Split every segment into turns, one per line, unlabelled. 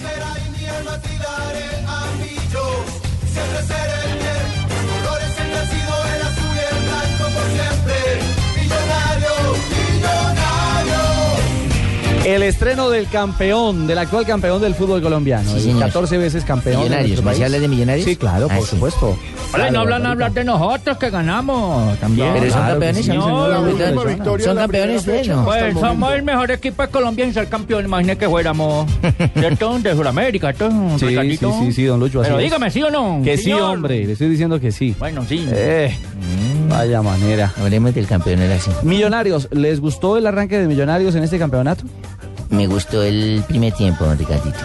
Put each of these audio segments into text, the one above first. será invierno, ti daré anillos. Siempre seré el bien, colores siempre ha sido el azul y el blanco por siempre. Millonario, millonario.
El estreno del campeón, del actual campeón del fútbol colombiano.
Sí,
el
señor.
14 veces campeón. de
Millonarios,
nuestro
¿me
país.
se habla de Millonarios?
Sí, claro,
Ah,
por
sí.
supuesto.
Hola, y
Claro,
no hablan a
ahorita.
hablar de nosotros que ganamos
Ah,
también.
Pero son
claro que
campeones,
sí,
¿no?
señor, la
última victoria
Son
de la
campeones
primera
ustedes,
fecha.
¿no?
Pues somos el mejor equipo de Colombia en ser campeón, imagínate que fuéramos. ¿Cierto? De Sudamérica, esto es un
Sí,
recadito.
sí, sí, sí, don Lucho, así
Pero
es.
dígame, ¿sí o no?
Que sí,
señor?
hombre, le estoy diciendo que sí.
Bueno, sí.
Eh,
Mm.
vaya manera.
Hablemos del campeón ahora sí.
Millonarios, ¿les gustó el arranque de Millonarios en este campeonato?
Me gustó el primer tiempo, don Ricardito.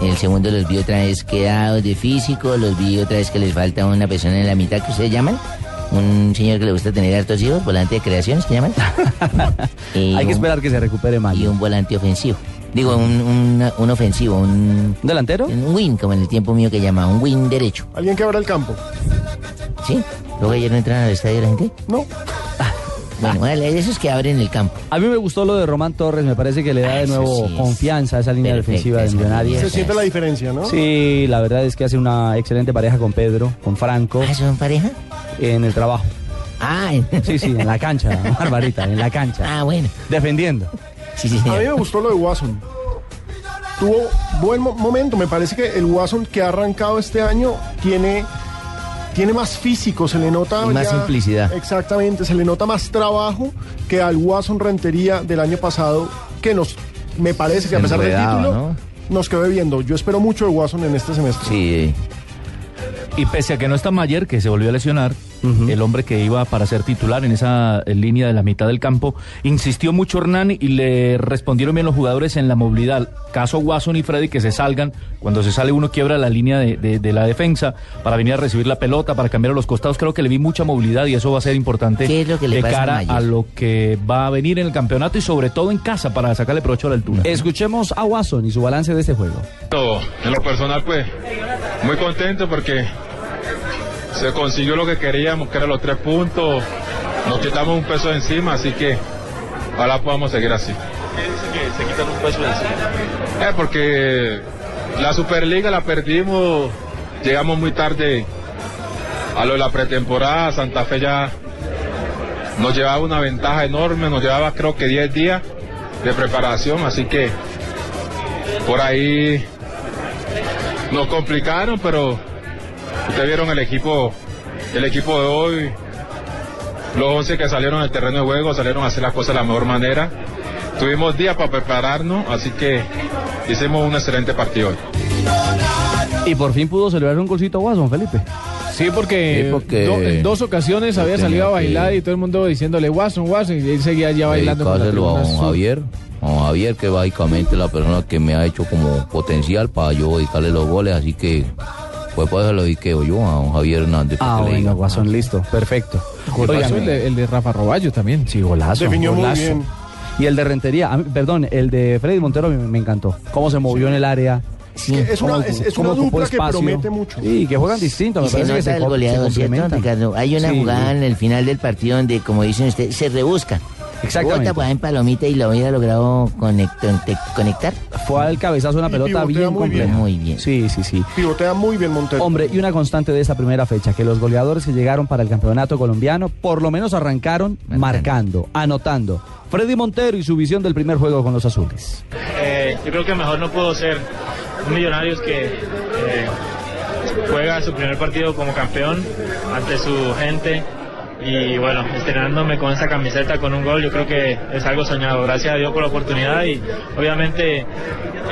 El segundo los vi otra vez quedados de físico, los vi otra vez que les falta una persona en la mitad que ustedes llaman. Un señor que le gusta tener hartos hijos, volante de creaciones que llaman. Y
Hay que
un-
esperar que se recupere
Y
Mario.
un volante ofensivo. Digo, un, un- un ofensivo, un,
¿Un delantero?
un win, como en el tiempo mío que llama, un win derecho.
Alguien que abra el campo.
¿Sí? Luego ayer no entraron al estadio la gente. Ah,
No.
Bueno, vale, esos que abren el campo.
A mí me gustó lo de Román Torres, me parece que le da
Ah,
de
eso
nuevo
sí es
confianza a esa línea
perfecta
defensiva de
esa
Millonarios.
línea.
Se siente la diferencia, ¿no?
Sí, la verdad es que hace una excelente pareja con Pedro, con Franco,
¿Ah, son pareja?
en el trabajo.
Ah,
Sí, sí, en la cancha, Barbarita, en la cancha.
ah bueno.
Defendiendo.
Sí, sí,
A mí me
señor.
gustó lo de Watson. Tuvo buen mo- momento. Me parece que el Watson que ha arrancado este año tiene, tiene más físico, se le nota.
Y más simplicidad.
Exactamente, se le nota más trabajo que al Watson Rentería del año pasado, que nos, me parece que a pesar del
Enredaba,
título,
¿no?
nos quedó viendo. Yo espero mucho de Watson en este semestre.
Sí.
Y pese a que no está Mayer, que se volvió a lesionar, el hombre que iba para ser titular en esa eh, línea de la mitad del campo, insistió mucho Hernán y le respondieron bien los jugadores en la movilidad. Caso Watson y Freddy que se salgan, cuando se sale uno quiebra la línea de, de- de la defensa para venir a recibir la pelota, para cambiar a los costados. Creo que le vi mucha movilidad y eso va a ser importante
¿Qué es lo que le
de
pasa a
cara
Mayer?
a, lo que va a venir en el campeonato y sobre todo en casa para sacarle provecho a la altura.
Escuchemos a Watson y su balance de este juego.
Todo. En lo personal, pues, muy contento porque se consiguió lo que queríamos, que eran los tres puntos. Nos quitamos un peso de encima, así que ahora podamos seguir así. se quitan un peso encima? porque la Superliga la perdimos, llegamos muy tarde a lo de la pretemporada. Santa Fe ya nos llevaba una ventaja enorme, nos llevaba creo que 10 días de preparación, así que por ahí nos complicaron, pero ustedes vieron el equipo, el equipo de hoy. Los 11 que salieron al terreno de juego salieron a hacer las cosas de la mejor manera. Tuvimos días para prepararnos, así que hicimos un excelente partido hoy.
Y por fin pudo celebrar un golcito a Watson, Felipe.
Ah,
Sí, porque,
Sí, porque
do- en dos ocasiones había
tenía
salido a
que-
bailar y todo el mundo diciéndole Watson, Watson, y él seguía ya bailando con la
Dedicárselo a
tribuna
don
azul.
Javier. A don Javier, que básicamente es la persona que me ha hecho como potencial para yo dedicarle los goles, así que pues para eso lo dediqueo yo a don Javier Hernández. para
Ah,
que le
bueno,
diga.
Watson, listo, perfecto.
Golazo el, de, el de Rafa Roballo también.
Sí, golazo.
Definió muy
golazo.
bien.
Y el de Rentería, a mí- perdón, el de Freddy Montero me, me encantó. Cómo se movió en el área.
Sí.
Es una,
cómo-
es, es
cómo
una
ocupó
dupla que
espacio.
promete mucho.
Sí, que juegan distinto, me
Y se
parece
nota
que se,
el
co- se
goleador, ¿cierto,
complementan.
Ricardo? Hay una
Sí,
jugada en el final del partido donde, como dicen ustedes, se rebusca.
Exactamente.
Bota por ahí en palomita y lo hubiera logrado conecto- te- conectar.
Fue al cabezazo una
Y
pelota
pivotea
bien
muy
completa.
bien. pues. Muy bien.
Sí, sí, sí.
Pivotea muy bien Montero.
Hombre, y una constante de esta primera fecha, que los goleadores que llegaron para el campeonato colombiano por lo menos arrancaron marcando, anotando. Freddy Montero y su visión del primer juego con los azules.
Eh, yo creo que mejor no puedo ser un Millonarios que eh, juega su primer partido como campeón ante su gente y bueno, estrenándome con esa camiseta con un gol, yo creo que es algo soñado. Gracias a Dios por la oportunidad y obviamente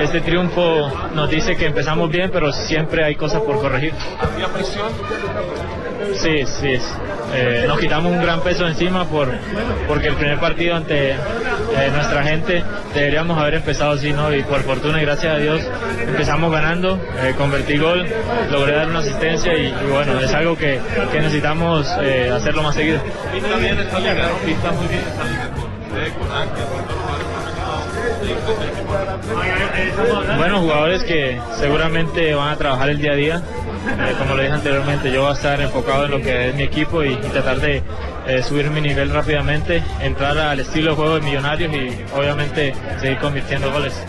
este triunfo nos dice que empezamos bien, pero siempre hay cosas por corregir. Sí, sí. sí. Eh, nos quitamos un gran peso encima por, porque el primer partido ante eh, nuestra gente deberíamos haber empezado así, ¿no? Y por fortuna y gracias a Dios empezamos ganando, eh, convertí gol, logré dar una asistencia y, y bueno, es algo que, que necesitamos eh, hacerlo más seguido. Bueno, jugadores que seguramente van a trabajar el día a día. Eh, como lo dije anteriormente, yo voy a estar enfocado en lo que es mi equipo y, y tratar de eh, subir mi nivel rápidamente, entrar al estilo de juego de Millonarios y obviamente seguir convirtiendo goles.